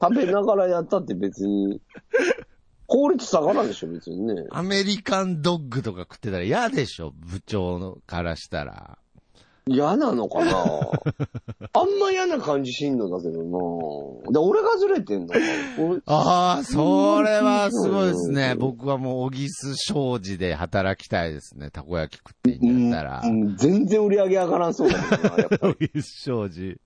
Speaker 1: 食べながらやったって別に、効率下がらんでしょ、別にね。
Speaker 2: アメリカンドッグとか食ってたら嫌でしょ、部長のからしたら。
Speaker 1: 嫌なの かなあんま嫌な感じしんのだけどなで俺がずれてんのか俺
Speaker 2: ああ、それはすごいですね。
Speaker 1: うん
Speaker 2: 僕はもう、小木須商事で働きたいですね。たこ焼き食っていいんだったら
Speaker 1: う。ん全然売り上げ上がらんそうだけどな、やっぱ
Speaker 2: 小木須商事。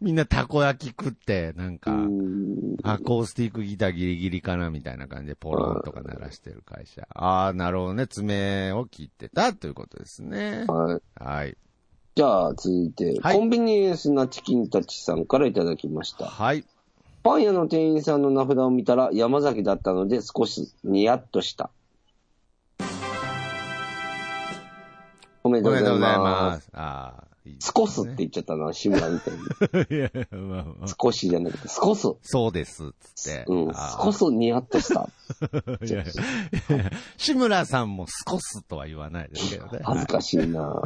Speaker 2: みんなたこ焼き食って、なんか
Speaker 1: う、ん
Speaker 2: アコースティックギターギリギリかなみたいな感じでポロンとか鳴らしてる会社。ああ、なるほどね。爪を切ってたということですね。
Speaker 1: はい。
Speaker 2: はい。
Speaker 1: じゃあ、続いて、
Speaker 2: はい
Speaker 1: コンビニエンスなチキンたちさんからいただきました。
Speaker 2: はい。
Speaker 1: パン屋の店員さんの名札を見たら山崎だったので少しニヤッとした。おめで
Speaker 2: お
Speaker 1: とうご
Speaker 2: めで
Speaker 1: ざ
Speaker 2: とう
Speaker 1: い
Speaker 2: ございま。
Speaker 1: ます。
Speaker 2: ああ、いいですす
Speaker 1: 少すって言っちゃったな、志村みたいに。
Speaker 2: いや、まあまあ
Speaker 1: 少しじゃなくて、少す。
Speaker 2: そうです、つって。
Speaker 1: うん、
Speaker 2: あ
Speaker 1: 少すニヤッとした。
Speaker 2: ーいやいやいや志村さんも少すとは言わないですけどね。
Speaker 1: 恥ずかし いな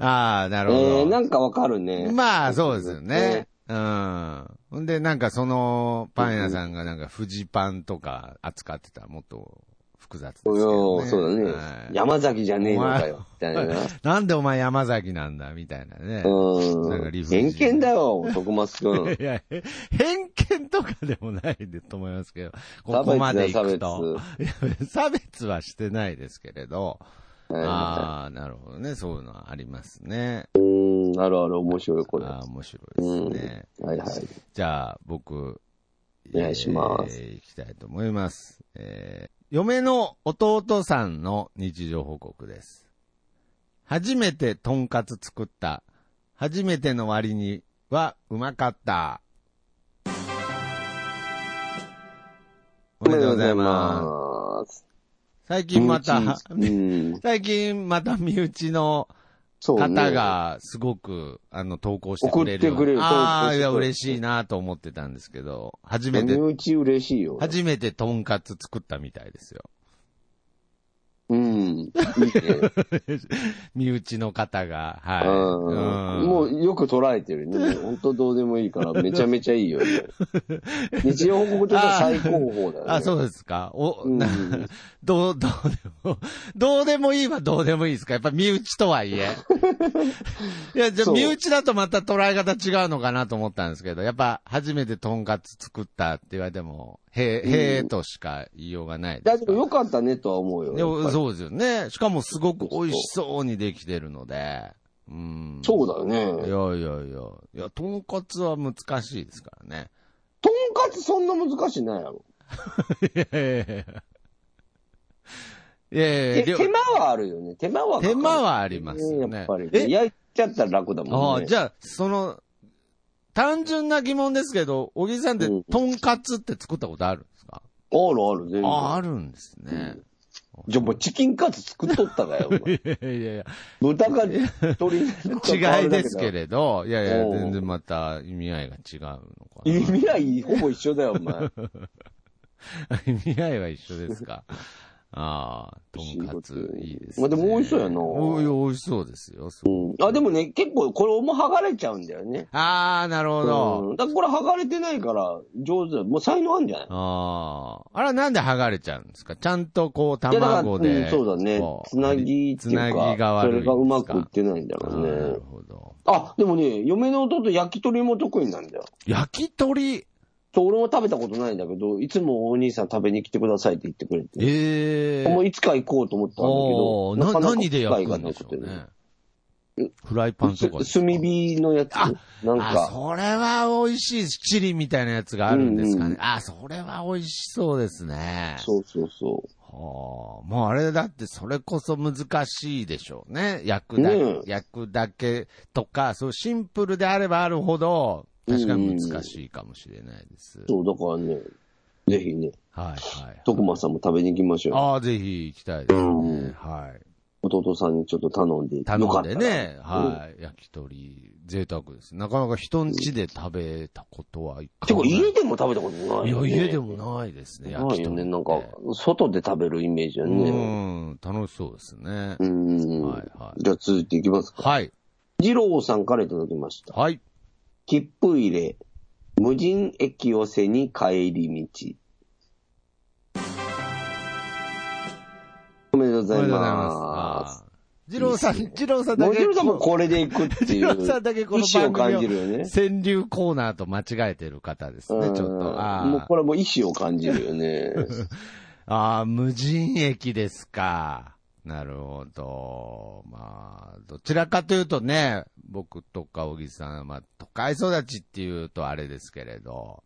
Speaker 2: ああ、な
Speaker 1: え
Speaker 2: るほど。
Speaker 1: ー、なんかわかるね。
Speaker 2: まあ、そうですよね。うん。ほんで、なんかその、パン屋さんがなんか、フジパンとか扱ってたらもっと複雑ですけ
Speaker 1: うん
Speaker 2: どね。
Speaker 1: そうだね、
Speaker 2: はい
Speaker 1: 山崎じゃねえのかよ。みたい な。
Speaker 2: なんでお前山崎なんだみたいなね。なんか
Speaker 1: う
Speaker 2: 理
Speaker 1: ん。
Speaker 2: 不尽
Speaker 1: 偏見だよ、徳松くん。
Speaker 2: いや、へ偏見とかでもないでと思いますけど、こ
Speaker 1: 差
Speaker 2: こ
Speaker 1: 別
Speaker 2: ま
Speaker 1: だ、
Speaker 2: で行
Speaker 1: 差
Speaker 2: く
Speaker 1: 別。
Speaker 2: と。 いや差別はしてないですけれど。
Speaker 1: は
Speaker 2: ああ、なるほどね。そういうのはありますね。
Speaker 1: いうん、あるある、面白い、これ。
Speaker 2: ああ、面白いですね。
Speaker 1: はいはい。
Speaker 2: じゃあ、僕、
Speaker 1: お願いします
Speaker 2: えー行きたいと思います。えー嫁の弟さんの日常報告です。初めてとんかつ作った。初めての割にはうまかった。お
Speaker 1: お
Speaker 2: め
Speaker 1: め
Speaker 2: で
Speaker 1: でとう
Speaker 2: とう
Speaker 1: ご
Speaker 2: ござ
Speaker 1: ざ
Speaker 2: い
Speaker 1: い
Speaker 2: ま
Speaker 1: ます。
Speaker 2: す。最近ま
Speaker 1: 身内
Speaker 2: た、
Speaker 1: うん。
Speaker 2: 最近また身内の
Speaker 1: そうね。
Speaker 2: 方がすごく、あの、投稿してくれるよ
Speaker 1: 送って
Speaker 2: うに。
Speaker 1: くれる
Speaker 2: ああ、いや、
Speaker 1: 投稿してくれる
Speaker 2: 嬉しいなと思ってたんですけど、初め
Speaker 1: 身
Speaker 2: て
Speaker 1: 内嬉しいよ。
Speaker 2: 初めてとんかつ作ったみたいですよ。
Speaker 1: うん。いいね。
Speaker 2: 身内の方が。はい。
Speaker 1: うん。
Speaker 2: うん
Speaker 1: もうよく捉えてる ね。本当どうでもいいから、めちゃめちゃいいよ、ね。日常報告としては最高峰だよね。。
Speaker 2: あ、そううですか。お、
Speaker 1: うん
Speaker 2: な、どう、どうでも、どうでもいいはどうでもいいですか。やっぱ身内とはい え。いや、じゃあ
Speaker 1: そう
Speaker 2: 身内だとまた捉え方違うのかなと思ったんですけど、やっぱ初めてとんかつ作ったって言われても、へえ、へえとしか言いようがないで
Speaker 1: だ
Speaker 2: す
Speaker 1: け
Speaker 2: か
Speaker 1: どよかったねとは思うよ。
Speaker 2: いや
Speaker 1: やっぱり
Speaker 2: そうですよね。しかもすごく美味しそうにできてるので。うん。
Speaker 1: そうだよ
Speaker 2: いや
Speaker 1: ね。
Speaker 2: いやいや。いや、とんかつは難しいですからね。
Speaker 1: とんかつそんな難しいないやろ。
Speaker 2: いやいやいや。いやい
Speaker 1: え
Speaker 2: や、
Speaker 1: 手間はあるよね。手間はかかる
Speaker 2: 手間はありますよね
Speaker 1: やっぱり。
Speaker 2: え
Speaker 1: 焼いちゃったら楽だ
Speaker 2: あ
Speaker 1: もん
Speaker 2: あ、
Speaker 1: ね。
Speaker 2: じゃあ、その、単純な疑問ですけど、小木さんって
Speaker 1: うん、
Speaker 2: とんかつって作ったことあるんです
Speaker 1: あ
Speaker 2: か、
Speaker 1: るある、全然。
Speaker 2: ああ、あるんですね。
Speaker 1: じゃあもうチキンカツ作っとったかよ。お前
Speaker 2: いやいやいや。
Speaker 1: 豚か鶏肉か
Speaker 2: 違いですけれど、いやいや、
Speaker 1: おう
Speaker 2: 全然また意味合いが違うのかな。
Speaker 1: 意味はいほぼ一緒だよ、お前。
Speaker 2: 意味合いは一緒ですか。 ああ、とんかつ、いいです
Speaker 1: ま
Speaker 2: ね。
Speaker 1: あでも美味しそうやな
Speaker 2: おいや美味しそうですよ。すごい
Speaker 1: あ、でもね、結構これも剥がれちゃうんだよね。
Speaker 2: ああ、なるほど。
Speaker 1: うん。だからこれ剥がれてないから、上手だ。もう才能あるんじゃない
Speaker 2: ああ。あれはなんで剥がれちゃうんですかちゃんとこう、
Speaker 1: いやだから
Speaker 2: 卵で。
Speaker 1: うんそうだね
Speaker 2: こ。う
Speaker 1: つなぎっていう
Speaker 2: つなぎが
Speaker 1: か、そ
Speaker 2: 悪いん
Speaker 1: れ
Speaker 2: です
Speaker 1: が
Speaker 2: か
Speaker 1: うまくいってないんだ
Speaker 2: あ
Speaker 1: ろ
Speaker 2: ーなる
Speaker 1: うね。
Speaker 2: ほど。
Speaker 1: あ、でもね、嫁の弟焼き鳥も得意なんだよ。
Speaker 2: 焼き鳥。
Speaker 1: そう、俺も食べたことないんだけど、いつもお兄さん食べに来てくださいって言ってくれて。
Speaker 2: ええ
Speaker 1: もういつか行こうと思ったんだけど
Speaker 2: おー、
Speaker 1: なか
Speaker 2: な、
Speaker 1: なか
Speaker 2: 何で焼くんでしょ
Speaker 1: 機
Speaker 2: う
Speaker 1: 会がな
Speaker 2: ね
Speaker 1: くて。
Speaker 2: フライパンとかですか
Speaker 1: 炭火のやつ。
Speaker 2: あ
Speaker 1: なん
Speaker 2: あ、
Speaker 1: か。
Speaker 2: それは美味しいです。チリみたいなやつがあるんですかね。
Speaker 1: うんうん
Speaker 2: あ、それは美味しそうですね。
Speaker 1: そうそうそう。
Speaker 2: はあ、もうあれだってそれこそ難しいでしょうね。焼くだ,、
Speaker 1: ねえ
Speaker 2: 焼くだけとか、そうシンプルであればあるほど、確かに難しいかもしれないです。
Speaker 1: そう、だからね、ぜひね、
Speaker 2: はいはい。
Speaker 1: 徳間さんも食べに行きましょうよ。
Speaker 2: ああ、ぜひ行きたいですね。
Speaker 1: うん
Speaker 2: はい。
Speaker 1: 弟さんにちょっと頼んで、よか
Speaker 2: 頼ん
Speaker 1: った
Speaker 2: で
Speaker 1: ら。
Speaker 2: ね、はい。焼き鳥、贅沢です。なかなか人ん家で食べたことはいか
Speaker 1: てか、
Speaker 2: ない。
Speaker 1: 家でも食べたことない
Speaker 2: い
Speaker 1: よ
Speaker 2: や、
Speaker 1: ね。
Speaker 2: 家でもないですね、
Speaker 1: ない
Speaker 2: 焼き
Speaker 1: よ
Speaker 2: 鳥って。
Speaker 1: ね。なんか、外で食べるイメージや
Speaker 2: う
Speaker 1: ね。
Speaker 2: ん、楽しそうですね
Speaker 1: う。ん。
Speaker 2: はいはい
Speaker 1: じゃあ続いていきますか。
Speaker 2: はい、
Speaker 1: 二郎さんからいただきました。
Speaker 2: はい。
Speaker 1: 切符入れ、無人駅寄せに帰り道。おめでとうご
Speaker 2: お
Speaker 1: ざ
Speaker 2: め
Speaker 1: い
Speaker 2: でとうござい
Speaker 1: ます。
Speaker 2: ます。二郎さん、二郎さんだ
Speaker 1: もう
Speaker 2: け。
Speaker 1: ジローさんもこれで行くってい
Speaker 2: 二
Speaker 1: う。
Speaker 2: 郎さんだけこの
Speaker 1: 意志を
Speaker 2: 番組
Speaker 1: 感じるよね。
Speaker 2: 川柳コーナーと間違えてる方ですね、ちょっと。あ
Speaker 1: もう
Speaker 2: ー
Speaker 1: これはもう意志を感じるよ ね。
Speaker 2: あー、無人駅ですか。なるほど。まあ、どちらかというとね、僕とか小木さん、まあ、都会育ちっていうとあれですけれど、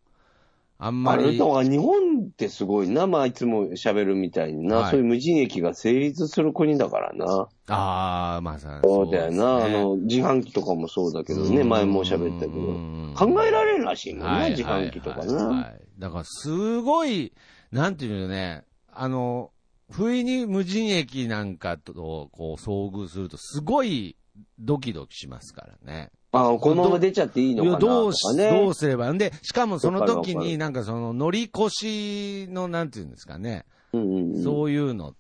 Speaker 2: あんま
Speaker 1: あれ
Speaker 2: り、
Speaker 1: とは日本ってすごいな。まあ、いつも喋るみたいにな、
Speaker 2: はい
Speaker 1: そういう無人駅が成立する国だからな。
Speaker 2: ああ、まさに
Speaker 1: そう
Speaker 2: で
Speaker 1: だよ
Speaker 2: すね
Speaker 1: な、あの、自販機とかもそうだけどね、前も喋ったけど。考えられるらしいもん
Speaker 2: は
Speaker 1: ね、
Speaker 2: い
Speaker 1: 自販機とか
Speaker 2: はいはいは
Speaker 1: な。
Speaker 2: いだから、すごい、なんていうのね、あの、不意に無人駅なんかとこう遭遇すると、すごいドキドキしますからね。
Speaker 1: あこのまま出ちゃっていいのか
Speaker 2: い
Speaker 1: な
Speaker 2: や
Speaker 1: と
Speaker 2: どう
Speaker 1: か
Speaker 2: し、
Speaker 1: ね。
Speaker 2: どうすれば。んで、しかもその
Speaker 1: わ
Speaker 2: 時
Speaker 1: かるわか
Speaker 2: になんかその乗り越しの、なんていうんですかね、
Speaker 1: うんうんうん。
Speaker 2: そういうの、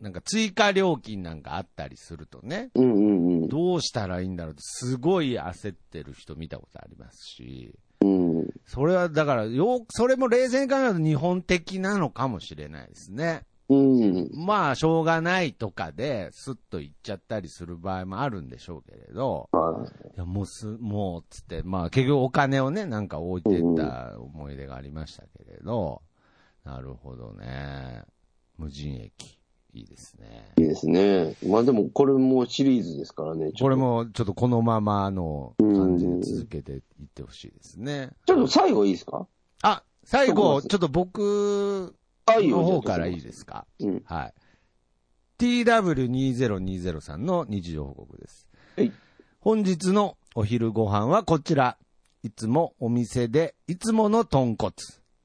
Speaker 2: なんか追加料金なんかあったりするとね、
Speaker 1: うんうんうん。
Speaker 2: どうしたらいいんだろうって、すごい焦ってる人見たことありますし。
Speaker 1: うん
Speaker 2: それはだから、ようそれも冷静に考えると日本的なのかもしれないですね。
Speaker 1: うん。
Speaker 2: まあ、しょうがないとかで、スッと行っちゃったりする場合もあるんでしょうけれど、
Speaker 1: はい
Speaker 2: や、もうす、もう、つって、まあ、結局お金をね、なんか置いてった思い出がありましたけれど、なるほどね。無人駅、いいですね。
Speaker 1: い。いいですね。まあでも、これもシリーズですからね。ちょっと
Speaker 2: これ。も、ちょっとこのまま、あの、感じで続けていってほしいですね。
Speaker 1: ちょっと最後いいですか
Speaker 2: あ、最後、
Speaker 1: そう
Speaker 2: ちょっと僕
Speaker 1: あ、いいよ。
Speaker 2: の方からいい
Speaker 1: す。
Speaker 2: ですか
Speaker 1: うん。
Speaker 2: はい。TW2020 さんの日常報告です。
Speaker 1: はい
Speaker 2: 本日のお昼ご飯はこちら。いつもお店で、いつもの豚骨。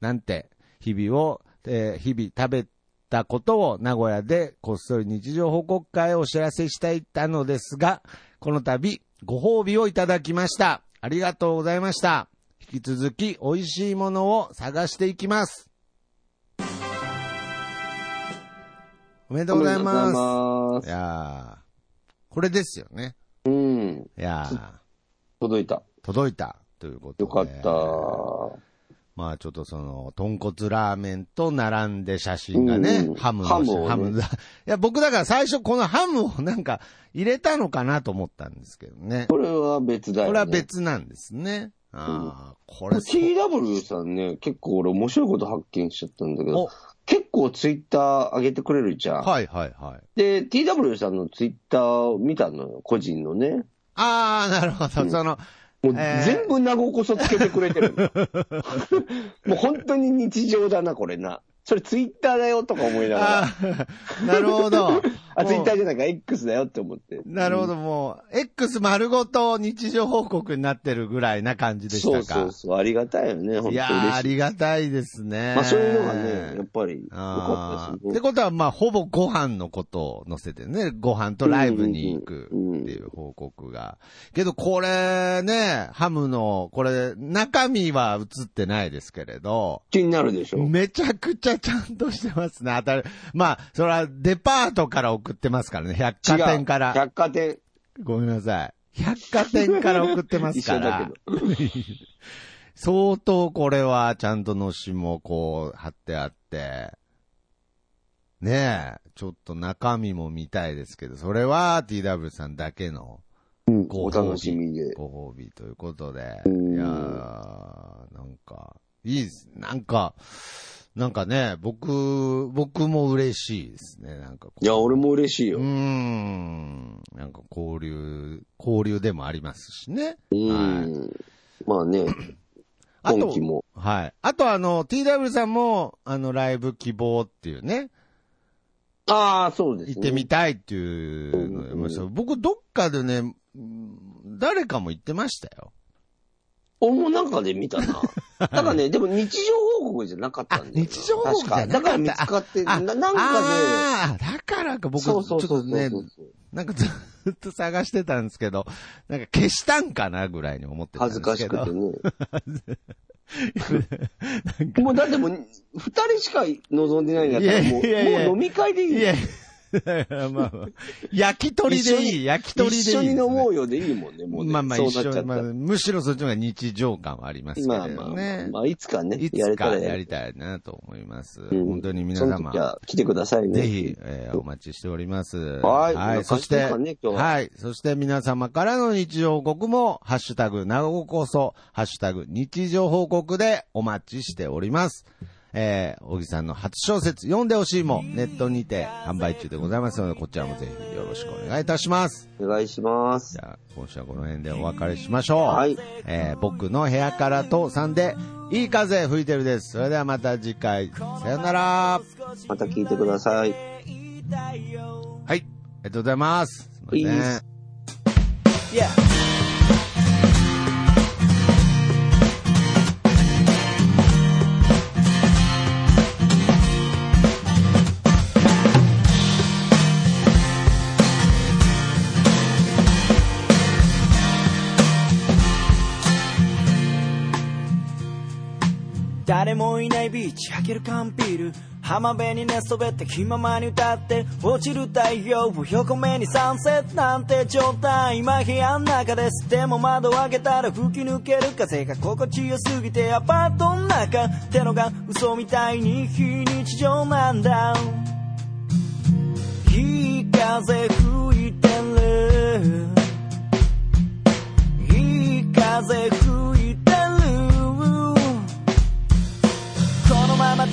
Speaker 2: なんて、日々を、えー日々食べたことを名古屋でこっそり日常報告会をお知らせしたいたのですが、この度、ご褒美をいただきました。ありがとうございました。引き続き、美味しいものを探していきます。おめでとうございます。
Speaker 1: ま
Speaker 2: い。やーこれですよね。
Speaker 1: うん。
Speaker 2: いや
Speaker 1: 届いた。
Speaker 2: ー届いたということ
Speaker 1: よ
Speaker 2: で。
Speaker 1: かった。
Speaker 2: まあちょっとその、豚骨ラーメンと並んで写真がね、
Speaker 1: うんうん
Speaker 2: ハムの
Speaker 1: ハムをね
Speaker 2: ハムだ。い や、僕だから最初このハムをなんか入れたのかなと思ったんですけどね。
Speaker 1: これは別だ
Speaker 2: こ
Speaker 1: よ、ね。
Speaker 2: れは別なんですね。ああ、これ、
Speaker 1: TW さんね、結構俺面白いこと発見しちゃったんだけ
Speaker 2: お
Speaker 1: ど、、結構ツイッター上げてくれるじゃん。
Speaker 2: はいはいはい。
Speaker 1: で、TW さんのツイッターを見たのよ、個人のね。
Speaker 2: ああ、なるほど。その、
Speaker 1: もう
Speaker 2: えー
Speaker 1: 全部名ごこそつけてくれて る。もう本当に日常だな、これな。それツイッターだよとか思いながら。。
Speaker 2: ああ、 なるほど
Speaker 1: あ、ツイッターじゃないか、X だよって思って。
Speaker 2: なるほど、もう、X 丸ごと日常報告になってるぐらいな感じでした
Speaker 1: そ
Speaker 2: か。
Speaker 1: うそうそう、ありがたいよね、本当
Speaker 2: いや
Speaker 1: 嬉
Speaker 2: ー、あ
Speaker 1: しい。
Speaker 2: りがたいですね。
Speaker 1: まあそういうのがね、やっぱり良かった
Speaker 2: あー
Speaker 1: で
Speaker 2: っ
Speaker 1: す
Speaker 2: て
Speaker 1: ね。
Speaker 2: ことは、まあ、ほぼご飯のことを載せてね、ご飯とライブに行く
Speaker 1: うんうんうん
Speaker 2: っていう報告が。けど、これね、ハムの、これ、中身は映ってないですけれど、
Speaker 1: 気になるでしょ。
Speaker 2: めちゃくちゃちゃんとしてますね。当たる。まあ、それはデパートから送ってますからね、百貨店か
Speaker 1: 違う
Speaker 2: ら。
Speaker 1: 百貨店。
Speaker 2: ごめんなさい。百貨店から送ってますから。
Speaker 1: 一緒だ
Speaker 2: 相当これはちゃんとのしもこう貼ってあって、ねえ、ちょっと中身も見たいですけど、それは TW さんだけの
Speaker 1: けど。
Speaker 2: ご
Speaker 1: お
Speaker 2: 褒美
Speaker 1: 楽しみで。
Speaker 2: ご褒美ということで、いや
Speaker 1: うん
Speaker 2: ー、なんか、いいです。なんか、なんかね、僕、僕も嬉しいですね、なんかこう
Speaker 1: いや、俺も嬉しいうよ。
Speaker 2: ーん。なんか交流、交流でもありますしね。はい。
Speaker 1: うん。まあね、
Speaker 2: あ
Speaker 1: 今
Speaker 2: と
Speaker 1: 期、も。
Speaker 2: はい。あとあの、TW さんも、あの、ライブ希望っていうね、
Speaker 1: ああ、そうですね。
Speaker 2: 行ってみたいっていうのをやりました僕、どっかでね、うん誰かも行ってましたよ。
Speaker 1: 俺もなんかで見た な。なんかね、でも日常報告じゃなかったんだよな
Speaker 2: あ日常報告じゃなか
Speaker 1: 確だ
Speaker 2: った
Speaker 1: から見つかって、な
Speaker 2: あ
Speaker 1: なんかね、
Speaker 2: ああ、だからか、僕、ち
Speaker 1: そ
Speaker 2: ょ
Speaker 1: うそう
Speaker 2: っ
Speaker 1: そう
Speaker 2: と
Speaker 1: そう。
Speaker 2: ね、なんかずっと探してたんですけど、なんか消したんかなぐらいに思ってたん
Speaker 1: 恥
Speaker 2: で
Speaker 1: ずか
Speaker 2: す
Speaker 1: し
Speaker 2: け
Speaker 1: く
Speaker 2: ど
Speaker 1: て。ね。もうだってもう、二人しか望んでないんだったら、もう、
Speaker 2: いやいやいや
Speaker 1: もう飲み会でいいよ
Speaker 2: いや、まあまあ、焼き鳥でいい、焼き鳥でいいで
Speaker 1: 一
Speaker 2: す
Speaker 1: 緒
Speaker 2: ね、
Speaker 1: に飲もうよでいいもんね、もうね。
Speaker 2: まあまあ
Speaker 1: そう
Speaker 2: 一
Speaker 1: なっちゃ
Speaker 2: 緒
Speaker 1: っ
Speaker 2: に、
Speaker 1: た
Speaker 2: まあ、
Speaker 1: ら。
Speaker 2: むしろそっちの方が日常感はありますけ
Speaker 1: まあ
Speaker 2: れ
Speaker 1: まあ
Speaker 2: ど
Speaker 1: まあ
Speaker 2: ね。
Speaker 1: まあ、いつかね、
Speaker 2: い
Speaker 1: や
Speaker 2: つ
Speaker 1: れた
Speaker 2: からやり
Speaker 1: や
Speaker 2: たいなと思います。
Speaker 1: うん
Speaker 2: 本当に皆
Speaker 1: その時
Speaker 2: 様、
Speaker 1: は来てくださいね。
Speaker 2: ぜひ、えーお待ちしております。
Speaker 1: はいこんな
Speaker 2: そ
Speaker 1: 感
Speaker 2: し
Speaker 1: じです
Speaker 2: て、
Speaker 1: かね今日は
Speaker 2: はい。そして皆様からの日常報告も、ハッシュタグ、長子こそ、ハッシュタグ、日常報告でお待ちしております。えー、小木さんの初小説、読んでほしいも、ネットにて販売中でございますので、こちらもぜひよろしくお願いいたします。
Speaker 1: お願いします
Speaker 2: じ。ゃあ、今週はこの辺でお別れしましょう。
Speaker 1: はい。
Speaker 2: えー僕の部屋からと3で、いい風吹いてるです。それではまた次回、さよなら。
Speaker 1: また聞いてください。
Speaker 2: はい。ありがとうございます。すいません
Speaker 1: いいっす
Speaker 3: Yeah.「誰もいないビーチ開ける缶ビール」「浜辺に寝そべって気ままに歌って」「落ちる太陽を横目にサンセットなんて状態」「今部屋の中です」「でも窓を開けたら吹き抜ける風が心地よすぎて」「アパートの中ってのが嘘みたいに非日常なんだ」「いい風吹いてる」いい風吹いてるこのまま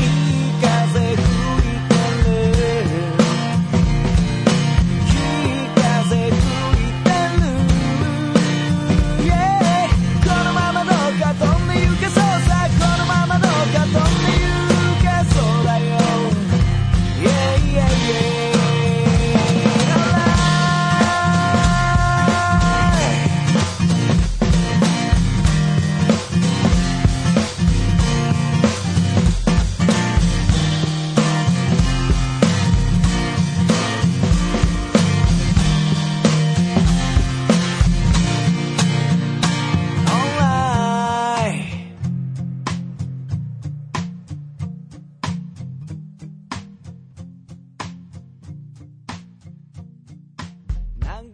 Speaker 3: いい風吹いてるいい風吹いてる Yeah このままどうか飛んで行けそうさこのままどうか飛んで行けそうだよ Yeah, yeah, yeah. Alright.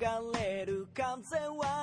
Speaker 3: 流れる風は